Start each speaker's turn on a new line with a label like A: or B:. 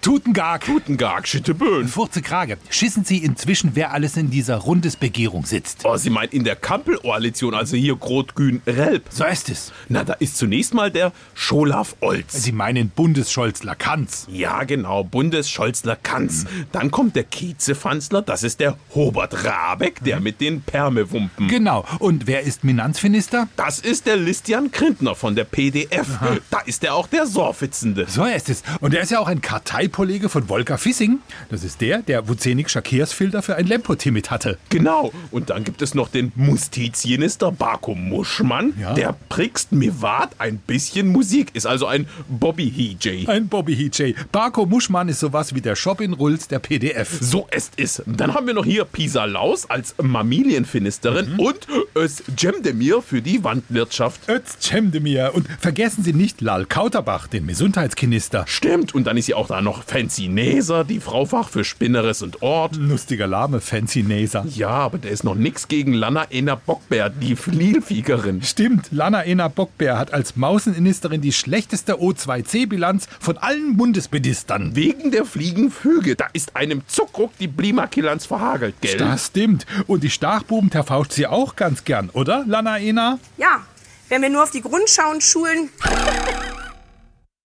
A: Tutengag.
B: Tutengag, Schitteböen.
A: Furze Krage. Schissen Sie inzwischen, wer alles in dieser Rundesbegehung sitzt.
B: Oh, Sie meinen in der Kampelohrlition, also hier Grotgün Relp.
A: So ist es.
B: Na, da ist zunächst mal der Scholaf Olz.
A: Sie meinen Bundesscholz Lakanz.
B: Ja, genau, Bundesscholzler Kanz. Dann kommt der Kiezefanzler, das ist der Hobert Rabeck, der mit den Permewumpen.
A: Genau. Und wer ist Finanzminister?
B: Das ist der Listian Krintner von der PDF. Da ist er auch der Sorfitzende.
A: So ist es. Und er ist ja auch ein Karteikollege von Volker Fissing. Das ist der, der Vucenik Schakirsfilter für ein Lempotimit hatte.
B: Genau. Und dann gibt es noch den Mustizinister Barko Muschmann.
A: Ja.
B: Der prickst Mivat ein bisschen Musik, ist also ein Bobby HJ.
A: Ein Bobby HJ. Barko Muschmann ist sowas wie der Shopping Rulz der PDF.
B: So es ist. Dann haben wir noch hier Pisa Laus als Mamilienfinisterin und Öz Cemdemir für die Wandwirtschaft.
A: Ötz Cemdemir. Und vergessen Sie nicht Lal Kauterbach, den Gesundheitskinister.
B: Stimmt, und dann ist ja auch da noch Fancy Neser, die Fraufach für Spinneres und Ort.
A: Lustiger Lame, Fancy Naser.
B: Ja, aber der ist noch nix gegen Lana Ena Bockbär, die Fliegenfiegerin.
A: Stimmt, Lana Ena Bockbär hat als Mausenministerin die schlechteste O2C-Bilanz von allen Bundesministern.
B: Wegen der Fliegenfüge, da ist einem Zuckruck die Blimakilanz verhagelt, gell?
A: Das stimmt. Und die Stachbuben verfauscht sie auch ganz gern, oder, Lana Ena?
C: Ja, wenn wir nur auf die Grundschauen schulen.